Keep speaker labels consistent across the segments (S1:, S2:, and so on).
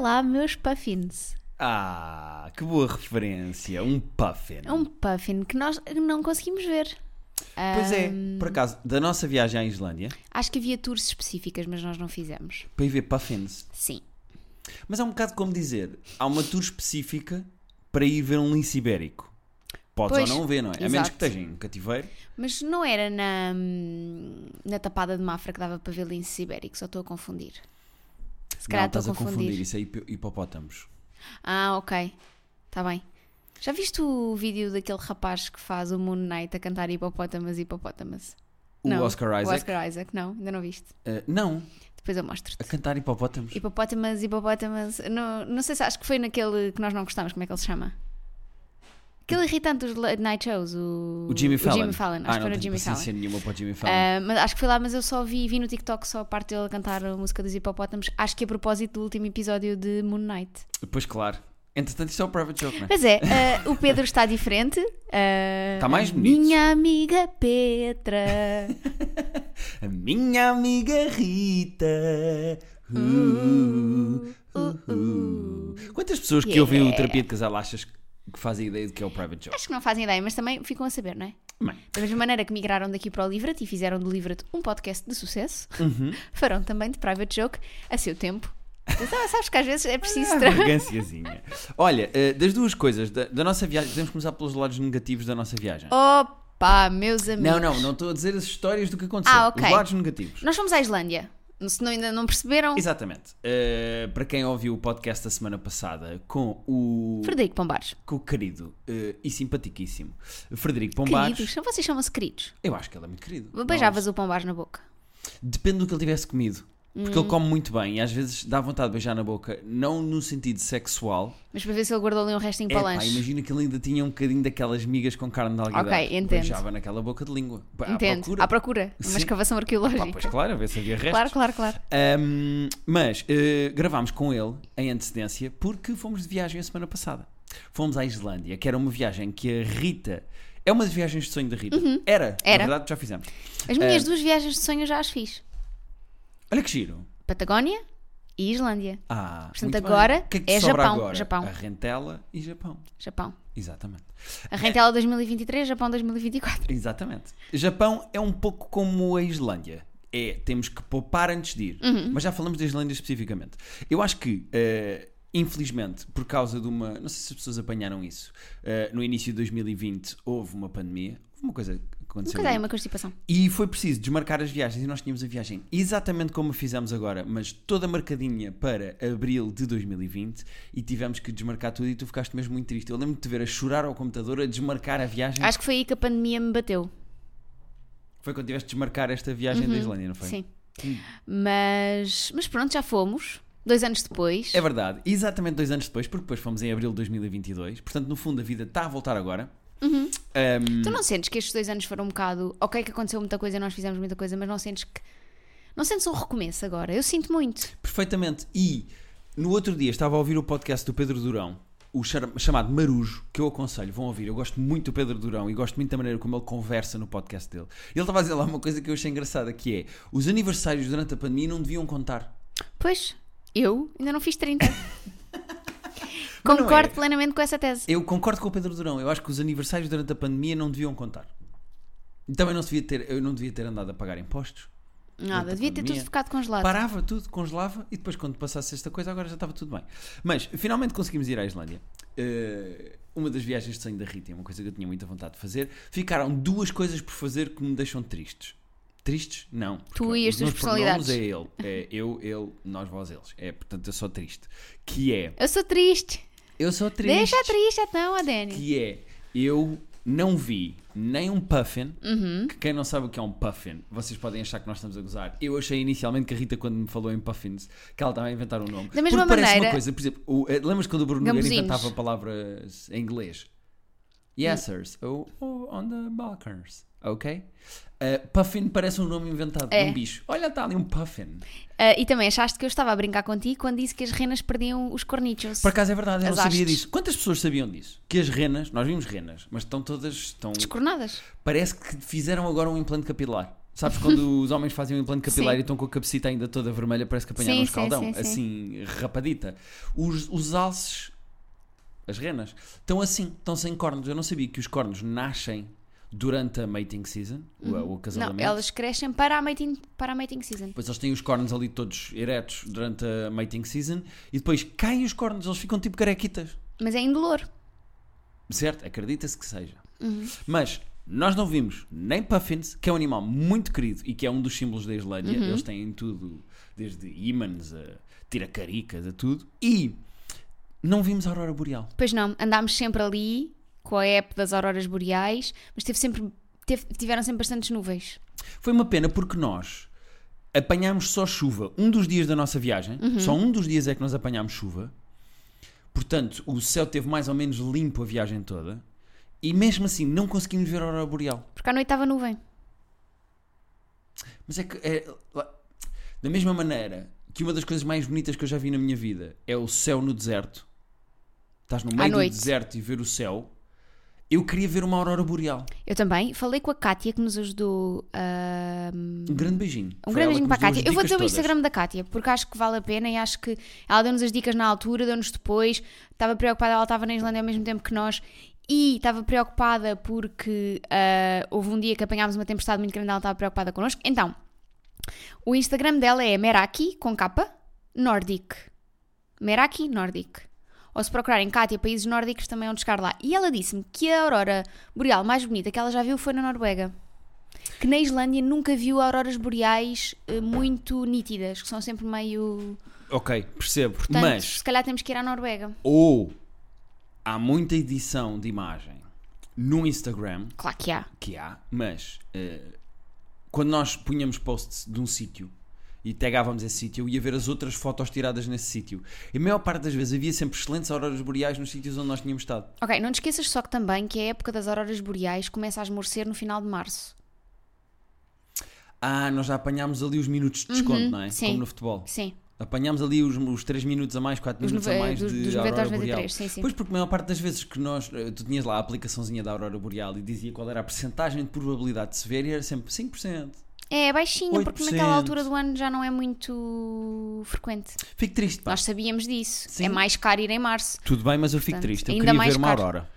S1: lá meus puffins.
S2: Ah, que boa referência. Um puffin.
S1: É um puffin que nós não conseguimos ver.
S2: Pois é, por acaso, da nossa viagem à Islândia,
S1: Ah, Acho que havia tours específicas, mas nós não fizemos.
S2: para ir ver puffins.
S1: Sim.
S2: Mas é um bocado como dizer, há uma tour específica para ir ver um lince ibérico. Podes
S1: Pois,
S2: ou não ver, não é? A menos
S1: exato.
S2: que esteja em um cativeiro.
S1: Mas não era na, hum, na tapada de Mafra que dava para ver lince ibérico, só estou a confundir. Se calhar
S2: não,
S1: estou
S2: estás a confundir.
S1: confundir.
S2: Isso é hip- hipopótamos.
S1: Ah, ok. Está bem. Já viste o vídeo daquele rapaz que faz o Moon Knight a cantar hipopótamas, hipopótamas?
S2: O Oscar
S1: O
S2: Isaac?
S1: Oscar Isaac, não, ainda não viste.
S2: Ah, não,
S1: Depois eu mostro-te.
S2: a cantar hipopótamos.
S1: Hipopótamas, hipopótamas. Não, não sei se acho que foi naquele que nós não gostámos, como é que ele se chama? Aquele irritante dos late night shows, o,
S2: O Jimmy Fallon.
S1: O Jimmy Fallon, acho
S2: ah,
S1: que
S2: não
S1: foi no
S2: tenho
S1: Jimmy Fallon.
S2: paciência nenhuma para o Jimmy Fallon.
S1: Ah, mas acho que foi lá, mas eu só vi, vi no TikTok só a parte dele a cantar a música dos hipopótamos. Acho que a propósito do último episódio de Moon Knight.
S2: Pois claro. Entretanto, isso é o private joke, não é?
S1: Ah. Mas é, ah, o Pedro está diferente. Ah,
S2: Está Tá mais
S1: a
S2: bonito.
S1: Minha amiga Petra.
S2: A minha amiga Rita. Uh, uh,
S1: Hum.
S2: uh. Quantas pessoas que ouvem o terapia de casal achas que fazem ideia de que é o private joke?
S1: acho que não fazem ideia, mas também ficam a saber, não é?
S2: Bem,
S1: Da mesma maneira que migraram daqui para o Livret e fizeram do Livret um podcast de sucesso,
S2: Uhum.
S1: farão também de Private Joke a seu tempo. Mas, ah, sabes que às vezes é preciso.
S2: Ah,
S1: tra-
S2: arroganciazinha. Olha, eh, das duas coisas, da, da nossa viagem, podemos começar pelos lados negativos da nossa viagem.
S1: Oh, Opa, meus amigos.
S2: não, não, não estou a dizer as histórias do que aconteceu.
S1: Ah, ok.
S2: Os lados negativos.
S1: Nós fomos à Islândia. Se não, ainda não perceberam,
S2: Exatamente. Eh, para quem ouviu o podcast da semana passada com o,
S1: Frederico Pombares.
S2: com o querido eh, e simpaticíssimo Frederico Pombares,
S1: Queridos, vocês chamam-se queridos.
S2: eu acho que ele é muito querido.
S1: Beijavas o Pombares na boca.
S2: Depende do que ele tivesse comido. Porque
S1: Hum.
S2: ele come muito bem e às vezes dá vontade de beijar na boca, não no sentido sexual.
S1: Mas para ver se ele guardou ali um restinho para
S2: Epá,
S1: lanche.
S2: imagina que ele ainda tinha um bocadinho daquelas migas com carne de alguidar.
S1: Ok, entendo.
S2: Beijava naquela boca de língua. Pá, à
S1: Entende?
S2: procura.
S1: À procura.
S2: Sim.
S1: Uma escavação
S2: Pá,
S1: arqueológica.
S2: pois é. claro, a ver se havia restos.
S1: claro, claro, claro.
S2: Ahm, mas eh, gravámos com ele em antecedência porque fomos de viagem a semana passada. Fomos à Islândia, que era uma viagem que a Rita. É uma das viagens de sonho da Rita. Era,
S1: Uhum. Era.
S2: na verdade, já fizemos.
S1: As minhas
S2: É.
S1: duas viagens de sonho eu já as fiz:
S2: Olha que giro.
S1: Patagónia e Islândia.
S2: Ah,
S1: Portanto,
S2: muito bem.
S1: agora
S2: O que é, que
S1: é
S2: sobra
S1: Japão,
S2: agora?
S1: Japão.
S2: A rentela e Japão.
S1: Japão.
S2: Exatamente.
S1: A é Rentela 2023, Japão 2024.
S2: Exatamente. Japão é um pouco como a Islândia. É, temos que poupar antes de ir. Mas já falamos da Islândia especificamente. Eu acho que, eh, infelizmente, por causa de uma. Não sei se as pessoas apanharam isso. eh, no início de 2020 houve uma pandemia. Houve uma coisa que aconteceu.
S1: Nunca dei
S2: aí.
S1: Um uma constipação.
S2: E foi preciso desmarcar as viagens. E nós tínhamos a viagem exatamente como a fizemos agora, mas toda marcadinha para abril de 2020. E tivemos que desmarcar tudo. E tu ficaste mesmo muito triste. Eu lembro-me de te ver a chorar ao computador, a desmarcar a viagem.
S1: Acho que foi aí que a pandemia me bateu.
S2: Foi quando tiveste de desmarcar esta viagem da Islândia, não foi? Hum.
S1: Sim. Mas, mas pronto, já fomos. Dois anos depois.
S2: É verdade, exatamente dois anos depois, porque depois fomos em abril de 2022, portanto, no fundo, a vida está a voltar agora. Um,
S1: Tu não sentes que estes dois anos foram um bocado. Ok, que aconteceu muita coisa, nós fizemos muita coisa, mas não sentes que. Não sentes um recomeço agora? Eu sinto muito.
S2: perfeitamente. E no outro dia estava a ouvir o podcast do Pedro Durão, o char- chamado Marujo, que eu aconselho, vão ouvir. Eu gosto muito do Pedro Durão e gosto muito da maneira como ele conversa no podcast dele. Ele estava a dizer lá uma coisa que eu achei engraçada, que é, os aniversários durante a pandemia não deviam contar.
S1: Pois, eu ainda não fiz 30.
S2: Mas não
S1: Concordo
S2: é.
S1: plenamente com essa tese.
S2: Eu concordo com o Pedro Durão. Eu acho que os aniversários durante a pandemia não deviam contar. Também não se devia ter, eu não devia ter andado a pagar impostos.
S1: Nada,
S2: Muita
S1: devia ter tudo
S2: pandemia.
S1: ficado congelado.
S2: Parava tudo, congelava e depois, quando passasse esta coisa, agora já estava tudo bem. Mas finalmente conseguimos ir à Islândia. Eh, uma das viagens de sonho da Rita, é uma coisa que eu tinha muita vontade de fazer. Ficaram duas coisas por fazer que me deixam tristes. Tristes? Não. porque
S1: Tu e as
S2: os
S1: tuas
S2: meus pronomes
S1: personalidades.
S2: É ele. É eu, ele, nós, vós, eles. É, portanto, eu sou triste. Que é.
S1: Eu sou triste.
S2: Eu sou triste
S1: Deixa triste então, a Dani.
S2: que é eu não vi nem um puffin,
S1: Uhum.
S2: que quem não sabe o que é um puffin, vocês podem achar que nós estamos a gozar. Eu achei inicialmente que a Rita, quando me falou em puffins, que ela estava a inventar um nome.
S1: Da mesma
S2: Porque parece
S1: maneira-
S2: uma coisa, por exemplo, o, eh, lembras quando o Bruno Nogueira
S1: Gambuzinos.
S2: inventava palavras em inglês? Yes,
S1: Hum.
S2: sirs. Oh, oh, on the Balkans. Ok? Eh, puffin parece um nome inventado de
S1: É.
S2: um bicho. Olha, está ali um puffin.
S1: Ah, e também achaste que eu estava a brincar contigo quando disse que as renas perdiam os cornichos.
S2: Por acaso é verdade, eu
S1: As
S2: não sabia
S1: hastes.
S2: disso. Quantas pessoas sabiam disso? Que as renas, nós vimos renas, mas estão todas. Estão
S1: Descornadas.
S2: Parece que fizeram agora um implante capilar. Sabes quando os homens fazem um implante capilar
S1: Sim.
S2: e estão com a cabecita ainda toda vermelha, parece que apanharam
S1: Sim,
S2: um
S1: sim,
S2: escaldão,
S1: sim, sim.
S2: assim, rapadita. Os, os alces, as renas, estão assim, estão sem cornos. Eu não sabia que os cornos nascem durante a mating season, o- o
S1: Uhum. Não,
S2: acasalamento.
S1: elas crescem para a mating, para a mating season.
S2: Depois eles têm os cornos ali todos eretos durante a mating season e depois caem os cornos, eles ficam tipo carequitas.
S1: Mas é indolor.
S2: Certo? Acredita-se que seja. Mas nós não vimos nem puffins, que é um animal muito querido e que é um dos símbolos da Islândia. Eles têm tudo, desde ímãs a tiracaricas, a tudo. E não vimos a aurora boreal.
S1: Pois não, andámos sempre ali com a app das auroras boreais, mas teve sempre, teve- tiveram sempre bastantes nuvens.
S2: Foi uma pena porque nós apanhámos só chuva um dos dias da nossa viagem. Só um dos dias é que nós apanhámos chuva. Portanto, o céu teve mais ou menos limpo a viagem toda. E mesmo assim não conseguimos ver a aurora boreal.
S1: Porque à noite estava nuvem.
S2: Mas é que é, lá- da mesma maneira que uma das coisas mais bonitas que eu já vi na minha vida é o céu no deserto. Estás no meio do
S1: noite.
S2: deserto e ver o céu. Eu queria ver uma aurora boreal.
S1: Eu também falei com a Kátia que nos ajudou ah, a.
S2: Um grande beijinho.
S1: Um
S2: Foi ela
S1: grande beijinho
S2: que nos
S1: para a
S2: deu as
S1: Kátia. Eu vou
S2: dicas
S1: dizer o
S2: todas.
S1: Instagram da Kátia, porque acho que vale a pena e acho que ela deu-nos as dicas na altura, deu-nos depois. Estava preocupada, ela estava na Islândia ao mesmo tempo que nós e estava preocupada porque ah, houve um dia que apanhámos uma tempestade muito grande, ela estava preocupada connosco. Então, o Instagram dela é Meraki, com capa, Nordic. Meraki Nordic. Ou se procurarem Kátia, países nórdicos também onde chegar lá. E ela disse-me que a aurora boreal mais bonita que ela já viu foi na Noruega. Que na Islândia nunca viu auroras boreais eh, muito nítidas, que são sempre meio.
S2: Ok, percebo.
S1: Portanto,
S2: Mas,
S1: se calhar temos que ir à Noruega.
S2: ou há muita edição de imagem no Instagram,
S1: Claro que há.
S2: que há, mas eh, quando nós punhamos posts de um sítio e tagavamos esse sítio, eu ia ver as outras fotos tiradas nesse sítio. E a maior parte das vezes havia sempre excelentes auroras boreais nos sítios onde nós tínhamos estado.
S1: Ok, não te esqueças só que também que a época das auroras boreais começa a esmorecer no final de março.
S2: Ah, nós já apanhámos ali os minutos de desconto,
S1: Uhum,
S2: não é?
S1: sim.
S2: Como no futebol.
S1: Sim.
S2: Apanhámos ali os, os 3 minutos a mais, 4
S1: Os
S2: minutos a
S1: nove-
S2: mais
S1: dos-
S2: de
S1: dos 90
S2: aurora
S1: aos 93,
S2: boreal.
S1: sim, sim.
S2: Pois porque a maior parte das vezes que nós... eh, Tu tinhas lá a aplicaçãozinha da aurora boreal e dizia qual era a percentagem de probabilidade de se ver e era sempre 5%.
S1: É, é baixinho, porque
S2: 8%.
S1: naquela altura do ano já não é muito frequente.
S2: Fico triste, pá.
S1: Nós sabíamos disso.
S2: Sim.
S1: É mais caro ir em março.
S2: Tudo bem, mas eu fico
S1: Portanto,
S2: triste. Eu
S1: ainda
S2: queria
S1: mais
S2: ver uma
S1: caro.
S2: aurora.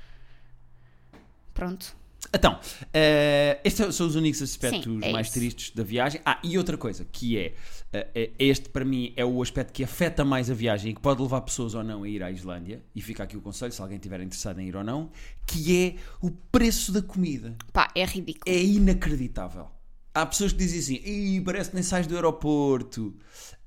S1: Pronto.
S2: Então, eh, estes são os únicos aspectos
S1: Sim, é
S2: mais
S1: isso.
S2: tristes da viagem. Ah, e outra coisa, que é, eh, eh, este para mim é o aspecto que afeta mais a viagem e que pode levar pessoas ou não a ir à Islândia, e fica aqui o conselho, se alguém estiver interessado em ir ou não, que é o preço da comida.
S1: Pá, é ridículo.
S2: É inacreditável. Há pessoas que dizem assim, Ih, parece que nem sais do aeroporto.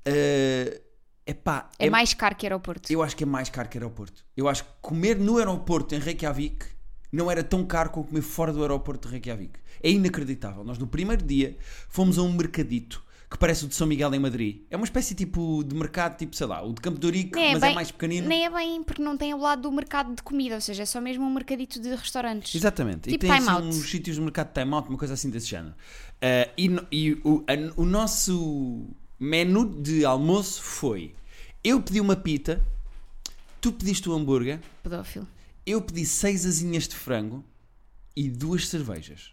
S2: Eh, epá,
S1: É, mais caro que aeroporto.
S2: eu acho que é mais caro que aeroporto. Eu acho que comer no aeroporto em Reykjavik não era tão caro como comer fora do aeroporto de Reykjavik. É inacreditável. Nós no primeiro dia fomos a um mercadito que parece o de São Miguel em Madrid. É uma espécie tipo de mercado, tipo, sei lá, o de Campo de Ourique,
S1: Nem é
S2: mas
S1: bem-
S2: é mais pequenino.
S1: Nem é bem, porque não tem o lado do mercado de comida, ou seja, é só mesmo um mercadito de restaurantes.
S2: Exatamente. e
S1: Tipo
S2: tem assim,
S1: time-out.
S2: uns sítios de mercado de time-out, uma coisa assim desse género. Ah, e no- e o, a- o nosso menu de almoço foi: eu pedi uma pita, tu pediste um hambúrguer,
S1: Pedófilo.
S2: Eu pedi seis asinhas de frango e duas cervejas.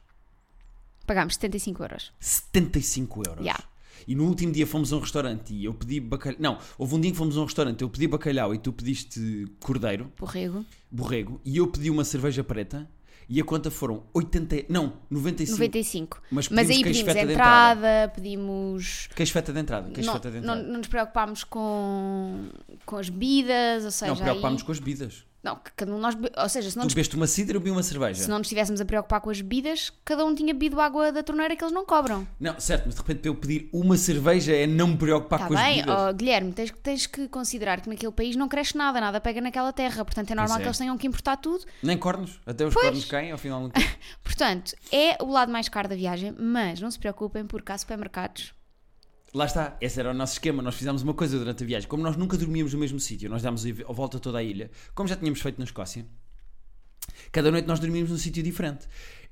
S1: Pagámos 75 euros.
S2: 75 euros.
S1: Yeah.
S2: E no último dia fomos a um restaurante e eu pedi bacalhau. Não, houve um dia que fomos a um restaurante, eu pedi bacalhau e tu pediste cordeiro,
S1: Borrego.
S2: borrego, e eu pedi uma cerveja preta e a conta foram 80. Não, 95.
S1: 95.
S2: Mas pedimos
S1: aí
S2: queijo
S1: pedimos
S2: feta de
S1: entrada, pedimos.
S2: Queijo feta de entrada, queijo
S1: Não,
S2: feta de
S1: não,
S2: entrada.
S1: não nos preocupámos com, com as bebidas, ou seja.
S2: Não, preocupámos
S1: aí...
S2: com as bebidas.
S1: Não, que cada um nós. be- Ou seja, se não,
S2: Tu
S1: nos...
S2: bebeste uma cidra, eu bebi uma
S1: se
S2: cerveja.
S1: não nos estivéssemos a preocupar com as bebidas, cada um tinha bebido água da torneira que eles não cobram.
S2: Não, certo, mas de repente para eu pedir uma cerveja é não me preocupar
S1: Está
S2: com as
S1: Tá bem,
S2: bebidas.
S1: ó, Guilherme, tens, tens que considerar que naquele país não cresce nada, nada pega naquela terra, portanto é normal
S2: é.
S1: que eles tenham que importar tudo.
S2: Nem cornos, até os cornos caem, ao final não
S1: Portanto, é o lado mais caro da viagem, mas não se preocupem porque há supermercados.
S2: Lá está, esse era o nosso esquema. Nós fizemos uma coisa durante a viagem. Como nós nunca dormíamos no mesmo sítio, nós dámos a volta toda a ilha, como já tínhamos feito na Escócia, cada noite nós dormíamos num sítio diferente.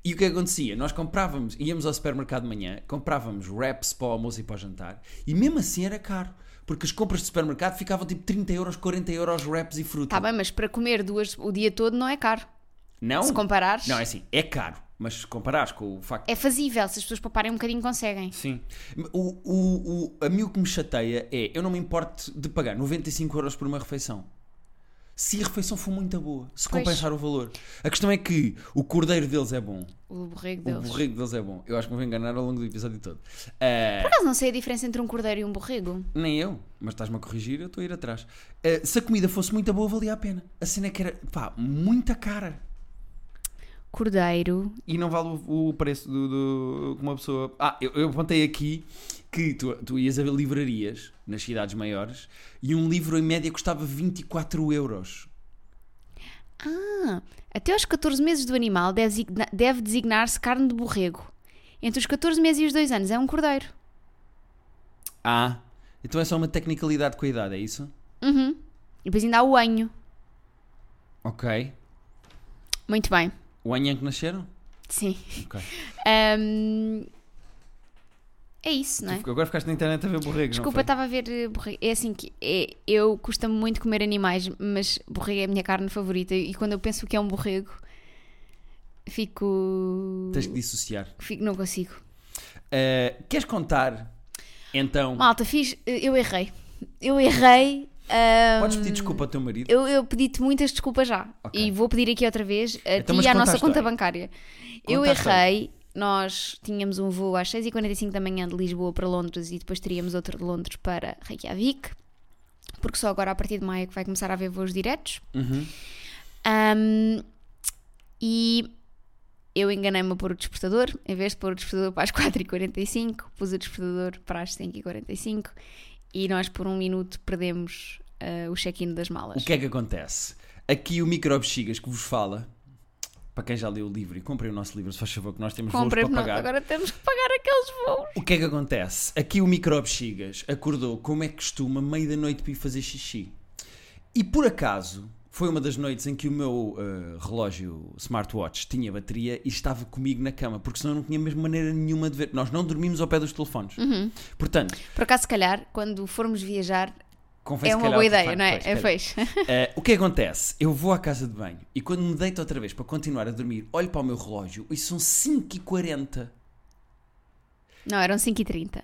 S2: E o que acontecia? Nós comprávamos, íamos ao supermercado de manhã, comprávamos wraps para o almoço e para o jantar, e mesmo assim era caro, porque as compras de supermercado ficavam tipo 30 euros, 40 euros wraps e
S1: Tá
S2: fruta.
S1: Está bem, mas para comer duas o dia todo não é caro.
S2: Não?
S1: Se comparares.
S2: Não, é assim, é caro. Mas se comparares com o facto.
S1: É fazível, se as pessoas pouparem um bocadinho conseguem.
S2: Sim. O, o, o, a mim o que me chateia é eu não me importo de pagar 95 euros por uma refeição. Se a refeição for muito boa, se
S1: Pois.
S2: compensar o valor. A questão é que o cordeiro deles é bom,
S1: O borrego
S2: o
S1: deles.
S2: borrego deles é bom. Eu acho que me vou enganar ao longo do episódio todo. Ah,
S1: Por acaso não sei a diferença entre um cordeiro e um borrego?
S2: Nem eu, mas estás-me a corrigir, eu estou a ir atrás. Eh, se a comida fosse muito boa, valia a pena. A cena é que era, pá, muita cara.
S1: Cordeiro.
S2: E não vale o, o preço do, do- que uma pessoa. Ah, eu, eu apontei aqui que tu, tu ias a ver livrarias nas cidades maiores e um livro em média custava 24 euros.
S1: Ah, até aos 14 meses do animal deve designa- deve designar-se carne de borrego. Entre os 14 meses e os 2 anos é um cordeiro.
S2: Ah, então é só uma tecnicalidade com a idade, é isso?
S1: Uhum. E depois ainda há o anho.
S2: Ok.
S1: Muito bem.
S2: O anho em que nasceram?
S1: Sim.
S2: Ok.
S1: Ahm, é isso, não é?
S2: Tu Agora ficaste na internet a ver borregos,
S1: Desculpa,
S2: não foi?
S1: estava a ver eh, borrego. É assim que é- eu custa-me muito comer animais, mas borrego é a minha carne favorita. E quando eu penso o que é um borrego, fico.
S2: Tens que dissociar.
S1: fico- não consigo.
S2: Eh, queres contar, então...
S1: Malta, fiz. eh, Eu errei. Eu errei. ahm,
S2: Podes pedir desculpa ao teu marido?
S1: Eu, eu pedi-te muitas desculpas já.
S2: Ok.
S1: E vou pedir aqui outra vez a
S2: Então,
S1: ti
S2: mas
S1: e à
S2: conta a
S1: nossa
S2: história.
S1: conta bancária. eu
S2: Conta a história.
S1: errei. Nós tínhamos um voo às 6h45 da manhã de Lisboa para Londres e depois teríamos outro de Londres para Reykjavik. Porque só agora, a partir de maio, é que vai começar a haver voos diretos.
S2: Uhum.
S1: Ahm, e eu enganei-me a pôr o despertador. Em vez de pôr o despertador para as 4h45, pus o despertador para as 5h45. E nós, por um minuto, perdemos ah, o check-in das malas.
S2: O que é que acontece? Aqui o Microbexigas que vos fala, para quem já leu o livro e comprem o nosso livro, se faz favor, que nós temos voos
S1: Compra,
S2: para
S1: não,
S2: pagar.
S1: agora temos que pagar aqueles voos.
S2: O que é que acontece? Aqui o Microbexigas acordou, como é que costuma, meio da noite para ir fazer xixi. E por acaso, foi uma das noites em que o meu eh, relógio smartwatch tinha bateria e estava comigo na cama, porque senão eu não tinha mesmo maneira nenhuma de ver. Nós não dormimos ao pé dos telefones.
S1: Uhum.
S2: Portanto,
S1: Por acaso, se calhar, quando formos viajar,
S2: confesso
S1: é
S2: que
S1: uma
S2: calhar
S1: boa
S2: o
S1: ideia,
S2: telefone-
S1: não é?
S2: Pois,
S1: É,
S2: calhar.
S1: pois.
S2: Uh, o que acontece? Eu vou à casa de banho e quando me deito outra vez para continuar a dormir, olho para o meu relógio e são 5h40.
S1: Não, eram 5h30.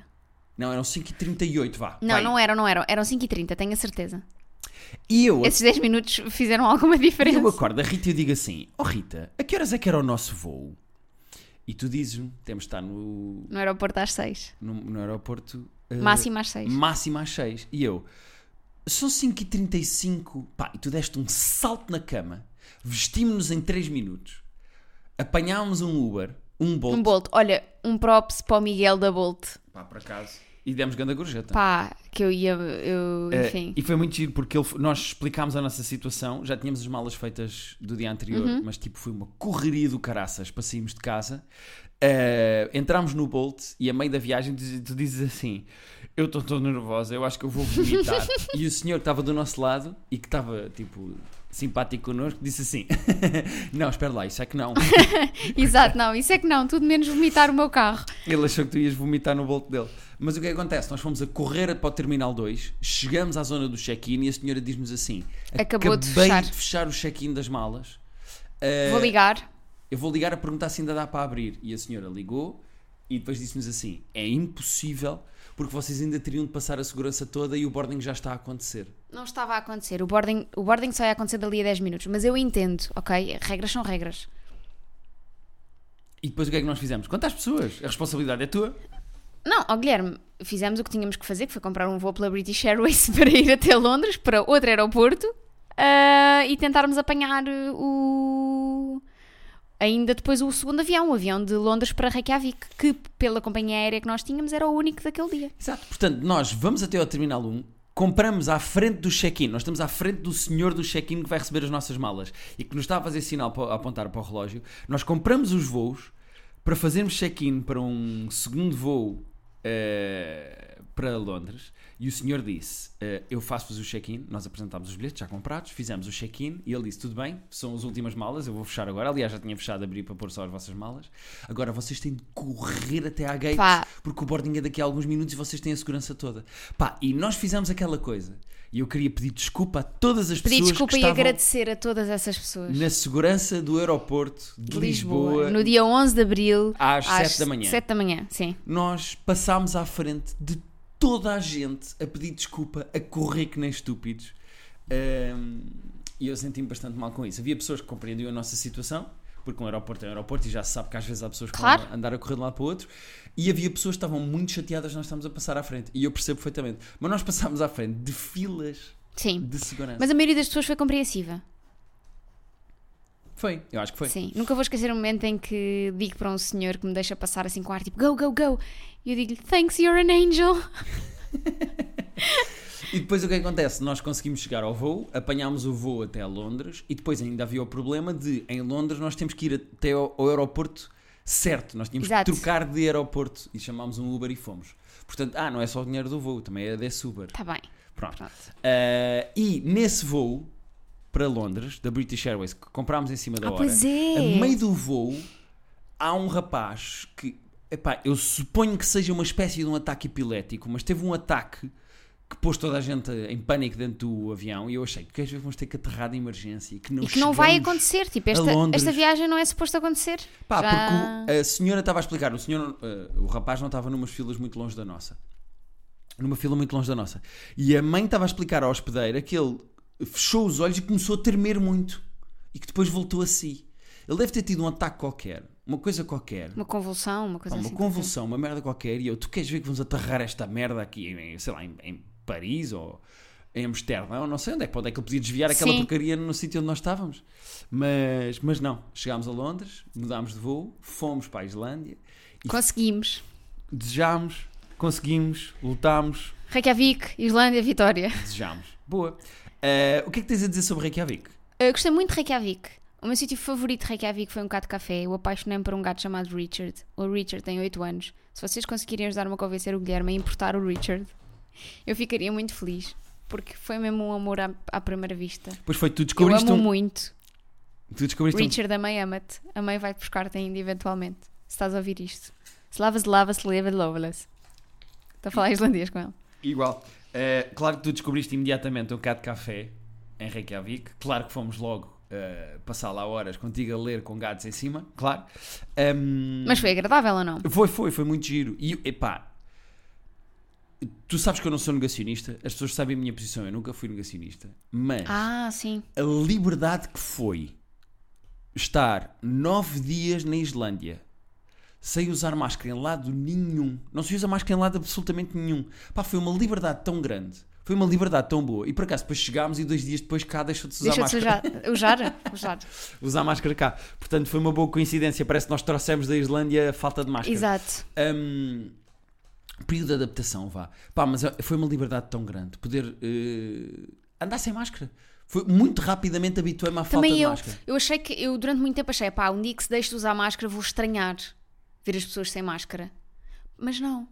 S2: Não, eram 5h38, vá.
S1: Não, não é eram, não eram. Eram 5h30, tenho a certeza.
S2: E eu,
S1: Esses 10 minutos fizeram alguma diferença.
S2: eu acordo a Rita e eu digo assim: Oh Rita, a que horas é que era o nosso voo? E tu dizes-me: temos de estar no,
S1: No aeroporto às 6.
S2: no, no aeroporto. uh,
S1: Máximo às 6.
S2: Máximo às 6. E eu, são 5h35. Pá, e tu deste um salto na cama, vestimos-nos em 3 minutos, apanhámos um Uber, um Bolt.
S1: Um Bolt. Olha, um props para o Miguel da Bolt.
S2: Pá, por acaso. E demos grande gorjeta.
S1: Pá, que eu ia. Eu,
S2: Eh,
S1: enfim.
S2: e foi muito giro porque ele f- nós explicámos a nossa situação, já tínhamos as malas feitas do dia anterior,
S1: Uhum.
S2: mas tipo foi uma correria do caraças para sairmos de casa. Eh, entramos no Bolt e a meio da viagem diz- tu dizes assim: Eu estou tão nervosa, eu acho que eu vou vomitar. e o senhor que estava do nosso lado e que estava tipo simpático connosco disse assim: Não, espera lá, isso é que não.
S1: Exato, não, isso é que não, tudo menos vomitar o meu carro.
S2: Ele achou que tu ias vomitar no bolso dele. Mas o que é que acontece? Nós fomos a correr para o Terminal 2, chegamos à zona do check-in e a senhora diz-nos assim:
S1: Acabou de
S2: "Acabei
S1: fechar."
S2: o check-in das malas. Eh,
S1: Vou ligar.
S2: Eu vou ligar a perguntar se ainda dá para abrir. E a senhora ligou e depois disse-nos assim: É impossível porque vocês ainda teriam de passar a segurança toda e o boarding já está a acontecer.
S1: Não estava a acontecer. O boarding, o boarding só ia acontecer dali a 10 minutos. Mas eu entendo, ok? Regras são regras.
S2: E depois o que é que nós fizemos? Quantas pessoas? A responsabilidade é tua.
S1: Não, ó Guilherme, fizemos o que tínhamos que fazer, que foi comprar um voo pela British Airways para ir até Londres, para outro aeroporto, ah, e tentarmos apanhar uh, o. Ainda depois o segundo avião, o avião de Londres para Reykjavik, que pela companhia aérea que nós tínhamos era o único daquele dia.
S2: Exato. Portanto, nós vamos até ao Terminal 1, compramos à frente do check-in, nós estamos à frente do senhor do check-in que vai receber as nossas malas e que nos está a fazer sinal para, a apontar para o relógio. Nós compramos os voos para fazermos check-in para um segundo voo eh, para Londres e o senhor disse: eh, Eu faço-vos o check-in. Nós apresentámos os bilhetes já comprados, fizemos o check-in e ele disse: Tudo bem, são as últimas malas, eu vou fechar agora. Aliás, já tinha fechado, abri para pôr só as vossas malas. Agora vocês têm de correr até à gate
S1: Pá.
S2: porque o boarding é daqui a alguns minutos e vocês têm a segurança toda. Pá, e nós fizemos aquela coisa. E eu queria pedir desculpa a todas as
S1: Pedi
S2: pessoas
S1: desculpa
S2: que
S1: e
S2: estavam
S1: agradecer a todas essas pessoas.
S2: na segurança do aeroporto de,
S1: De
S2: Lisboa.
S1: no dia 11 de Abril,
S2: Às sete da manhã.
S1: 7 da manhã, sim.
S2: nós passámos à frente de toda a gente a pedir desculpa, a correr que nem estúpidos. Ahm, e eu senti-me bastante mal com isso. Havia pessoas que compreendiam a nossa situação, porque um aeroporto é um aeroporto e já se sabe que às vezes há pessoas que
S1: Claro.
S2: vão andar a correr de um lado para o outro. E havia pessoas que estavam muito chateadas, nós estávamos a passar à frente. E eu percebo perfeitamente. Mas nós passámos à frente de filas
S1: Sim.
S2: de segurança.
S1: Mas a maioria das pessoas foi compreensiva.
S2: Foi, eu acho que foi.
S1: Sim. Nunca vou esquecer o momento em que digo para um senhor que me deixa passar assim com ar tipo go, go, go. E eu digo-lhe thanks, you're an angel.
S2: E depois o que acontece? Nós conseguimos chegar ao voo, apanhámos o voo até a Londres e depois ainda havia o problema de em Londres nós temos que ir até ao, ao aeroporto certo, nós tínhamos
S1: Exato.
S2: que trocar de aeroporto e chamámos um Uber e fomos. Portanto, ah, não é só o dinheiro do voo, também é desse Uber.
S1: Tá bem.
S2: Pronto.
S1: Pronto.
S2: Ah, e nesse voo para Londres, da British Airways, que comprámos em cima da
S1: Ah,
S2: hora,
S1: pois é.
S2: a meio do voo há um rapaz que, epá, eu suponho que seja uma espécie de um ataque epilético, mas teve um ataque que pôs toda a gente em pânico dentro do avião e eu achei que às vezes vamos ter que aterrar de emergência e que não
S1: E que não vai
S2: chegamos.
S1: acontecer. Tipo,
S2: a
S1: esta,
S2: Londres.
S1: esta viagem não é suposto acontecer.
S2: Pá,
S1: Já-
S2: porque o- a senhora estava a explicar, o senhor, eh, o rapaz não estava numas filas muito longe da nossa. Numa fila muito longe da nossa. E a mãe estava a explicar à hospedeira que ele fechou os olhos e começou a tremer muito. E que depois voltou a si. Ele deve ter tido um ataque qualquer, uma coisa qualquer.
S1: Uma convulsão, uma coisa
S2: Pá, uma
S1: assim.
S2: convulsão, uma merda qualquer, e eu, tu queres ver que vamos aterrar esta merda aqui, em, sei lá, em, em Paris ou em Amsterdão, não sei onde é, que- onde é que ele podia desviar aquela
S1: Sim.
S2: porcaria no sítio onde nós estávamos. Mas, mas não, chegámos a Londres, mudámos de voo, fomos para a Islândia,
S1: tipo, Conseguimos.
S2: desejámos, conseguimos, lutámos,
S1: Reykjavik, Islândia, Vitória.
S2: desejámos. Boa. Eh, o que é que tens a dizer sobre Reykjavik?
S1: Eu gostei muito de Reykjavik. O meu sítio favorito de Reykjavik foi um gato de café. Eu apaixonei-me por um gato chamado Richard. O Richard tem 8 anos. Se vocês conseguirem ajudar-me a convencer o Guilherme a importar o Richard, eu ficaria muito feliz. Porque foi mesmo um amor à, à primeira vista.
S2: Pois foi, tu
S1: Eu
S2: descobriste
S1: amo
S2: um...
S1: muito.
S2: Tu descobriste um...
S1: Richard, a mãe ama-te. A mãe vai buscar-te ainda eventualmente. Se estás a ouvir isto. Slavas, lavas, leva, loveless. Estou a falar islandês com ela.
S2: Igual. Eh, claro que tu descobriste imediatamente um bocado de café em Reykjavik. Claro que fomos logo eh, passar lá horas contigo a ler com gatos em cima, claro. Ahm,
S1: Mas foi agradável ou não?
S2: foi, foi, foi muito giro. E, epá, tu sabes que eu não sou negacionista, as pessoas sabem a minha posição, eu nunca fui negacionista. Mas
S1: Ah, sim.
S2: a liberdade que foi estar nove dias na Islândia sem usar máscara em lado nenhum. Não se usa máscara em lado absolutamente nenhum. Pá, foi uma liberdade tão grande. Foi uma liberdade tão boa. E por acaso depois chegámos e dois dias depois cá deixou-de usar
S1: Deixa-te
S2: máscara.
S1: usar. Usar? Usar.
S2: Usar máscara cá. Portanto, foi uma boa coincidência. Parece que nós trouxemos da Islândia a falta de máscara.
S1: Exato.
S2: Hum, período de adaptação, vá. Pá, mas eh, foi uma liberdade tão grande. Poder eh, andar sem máscara. Foi muito rapidamente habituei-me à falta
S1: Também
S2: de
S1: eu,
S2: máscara.
S1: eu achei que, eu durante muito tempo achei, pá, um dia que se deixe de usar máscara vou estranhar ver as pessoas sem máscara. Mas não.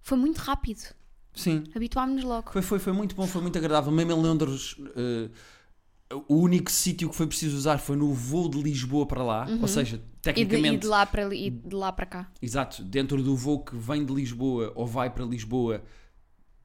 S1: Foi muito rápido.
S2: Sim.
S1: Habituámos-nos logo.
S2: Foi, foi, foi muito bom, foi muito agradável. Mesmo em Londres, eh, o único sítio que foi preciso usar foi no voo de Lisboa para lá. Ou seja,
S1: Uhum. E de, e
S2: tecnicamente,
S1: de lá para, ali- e de lá para cá.
S2: exato, dentro do voo que vem de Lisboa ou vai para Lisboa,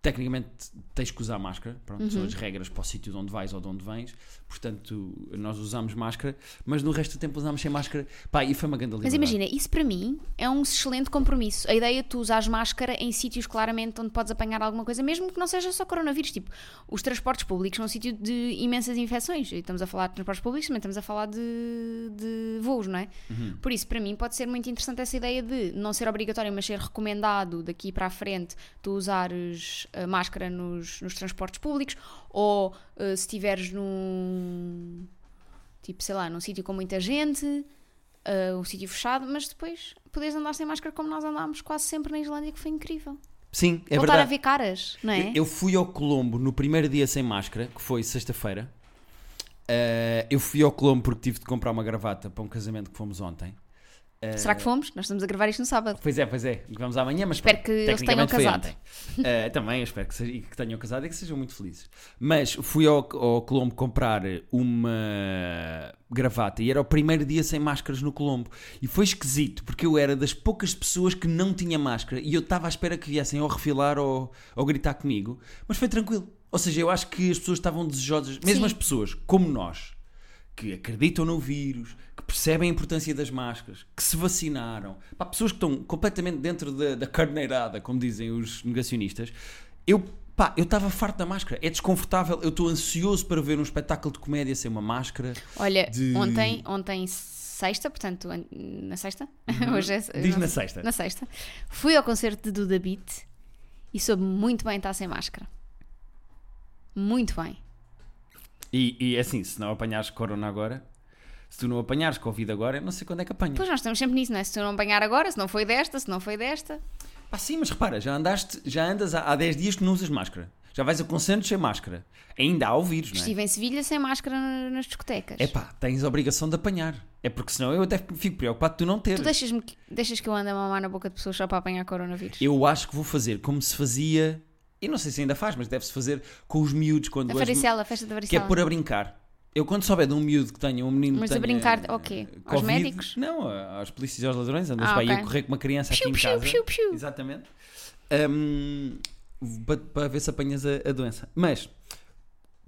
S2: tecnicamente tens que usar máscara. Pronto,
S1: Uhum.
S2: são as regras para o sítio de onde vais ou de onde vens. Portanto, nós usámos máscara, mas no resto do tempo usámos sem máscara. Pá, e foi uma grande
S1: Mas
S2: liberdade.
S1: imagina, isso para mim é um excelente compromisso. A ideia de tu usares máscara em sítios claramente onde podes apanhar alguma coisa, mesmo que não seja só coronavírus. Tipo, os transportes públicos são um sítio de imensas infecções. E estamos a falar de transportes públicos, também estamos a falar de, de voos, não é? Por isso, para mim, pode ser muito interessante essa ideia de não ser obrigatório, mas ser recomendado daqui para a frente tu usares a máscara nos, nos transportes públicos ou eh, se estiveres num. Tipo, sei lá, num sítio com muita gente, uh, um sítio fechado, mas depois podes andar sem máscara como nós andámos quase sempre na Islândia, que foi incrível.
S2: Sim, é
S1: Voltar
S2: verdade.
S1: a ver caras, não é?
S2: Eu- Eu fui ao Colombo no primeiro dia sem máscara, que foi sexta-feira. Eh, Ah, eu fui ao Colombo porque tive de comprar uma gravata para um casamento que fomos ontem. Ah,
S1: Será que fomos? Nós estamos a gravar isto no sábado.
S2: Pois é, pois é. Vamos amanhã, mas
S1: Espero
S2: pronto,
S1: que eles tenham
S2: tecnicamente foi
S1: casado.
S2: ontem. Ah, também, eu espero que, seja- e que tenham casado e que sejam muito felizes. Mas fui ao, ao Colombo comprar uma gravata e era o primeiro dia sem máscaras no Colombo. E foi esquisito, porque eu era das poucas pessoas que não tinha máscara e eu estava à espera que viessem ou refilar ou, ou gritar comigo, mas foi tranquilo. Ou seja, eu acho que as pessoas estavam desejosas, mesmo
S1: Sim.
S2: as pessoas como nós, que acreditam no vírus, que percebem a importância das máscaras, que se vacinaram, Pá, pessoas que estão completamente dentro da, da carneirada, como dizem os negacionistas, eu pá, eu estava farto da máscara, é desconfortável, eu estou ansioso para ver um espetáculo de comédia sem uma máscara.
S1: Olha,
S2: De-
S1: ontem, ontem sexta, portanto, an- na sexta? Hoje é,
S2: Uhum. Diz
S1: não
S2: na
S1: sei.
S2: sexta.
S1: Na sexta. Fui ao concerto de Duda Beat e soube muito bem estar sem máscara. Muito bem.
S2: E, e é assim, se não apanhares corona agora, se tu não apanhares Covid agora, eu não sei quando é que apanhas.
S1: Pois nós estamos sempre nisso, não é? Se tu não apanhar agora, se não foi desta, se não foi desta.
S2: Pá, sim, mas repara, já andaste, já andas há, há 10 dias que não usas máscara. Já vais a concertos sem máscara. Ainda há o vírus, não é?
S1: Estive em Sevilha sem máscara na- nas discotecas.
S2: É pá, tens a obrigação de apanhar. É porque senão eu até fico preocupado de tu não ter.
S1: Tu deixas-me que- deixas que eu ande a mamar na boca de pessoas só para apanhar coronavírus?
S2: Eu acho que vou fazer como se fazia, e não sei se ainda faz, mas deve-se fazer com os miúdos quando
S1: A
S2: és-
S1: varicela, a festa da
S2: Que é
S1: varicela.
S2: pôr a brincar. Eu quando souber de um miúdo que tenha, um menino
S1: Mas
S2: que
S1: a
S2: tenha...
S1: brincar ao
S2: o
S1: quê? Aos médicos?
S2: Não, a- aos polícias e aos ladrões. Andas
S1: Ah,
S2: para aí a
S1: ok.
S2: correr com uma criança
S1: Piu,
S2: aqui em
S1: piu,
S2: casa.
S1: piu, piu.
S2: Exatamente. Hum, pa- para, ver se apanhas a, a doença. Mas,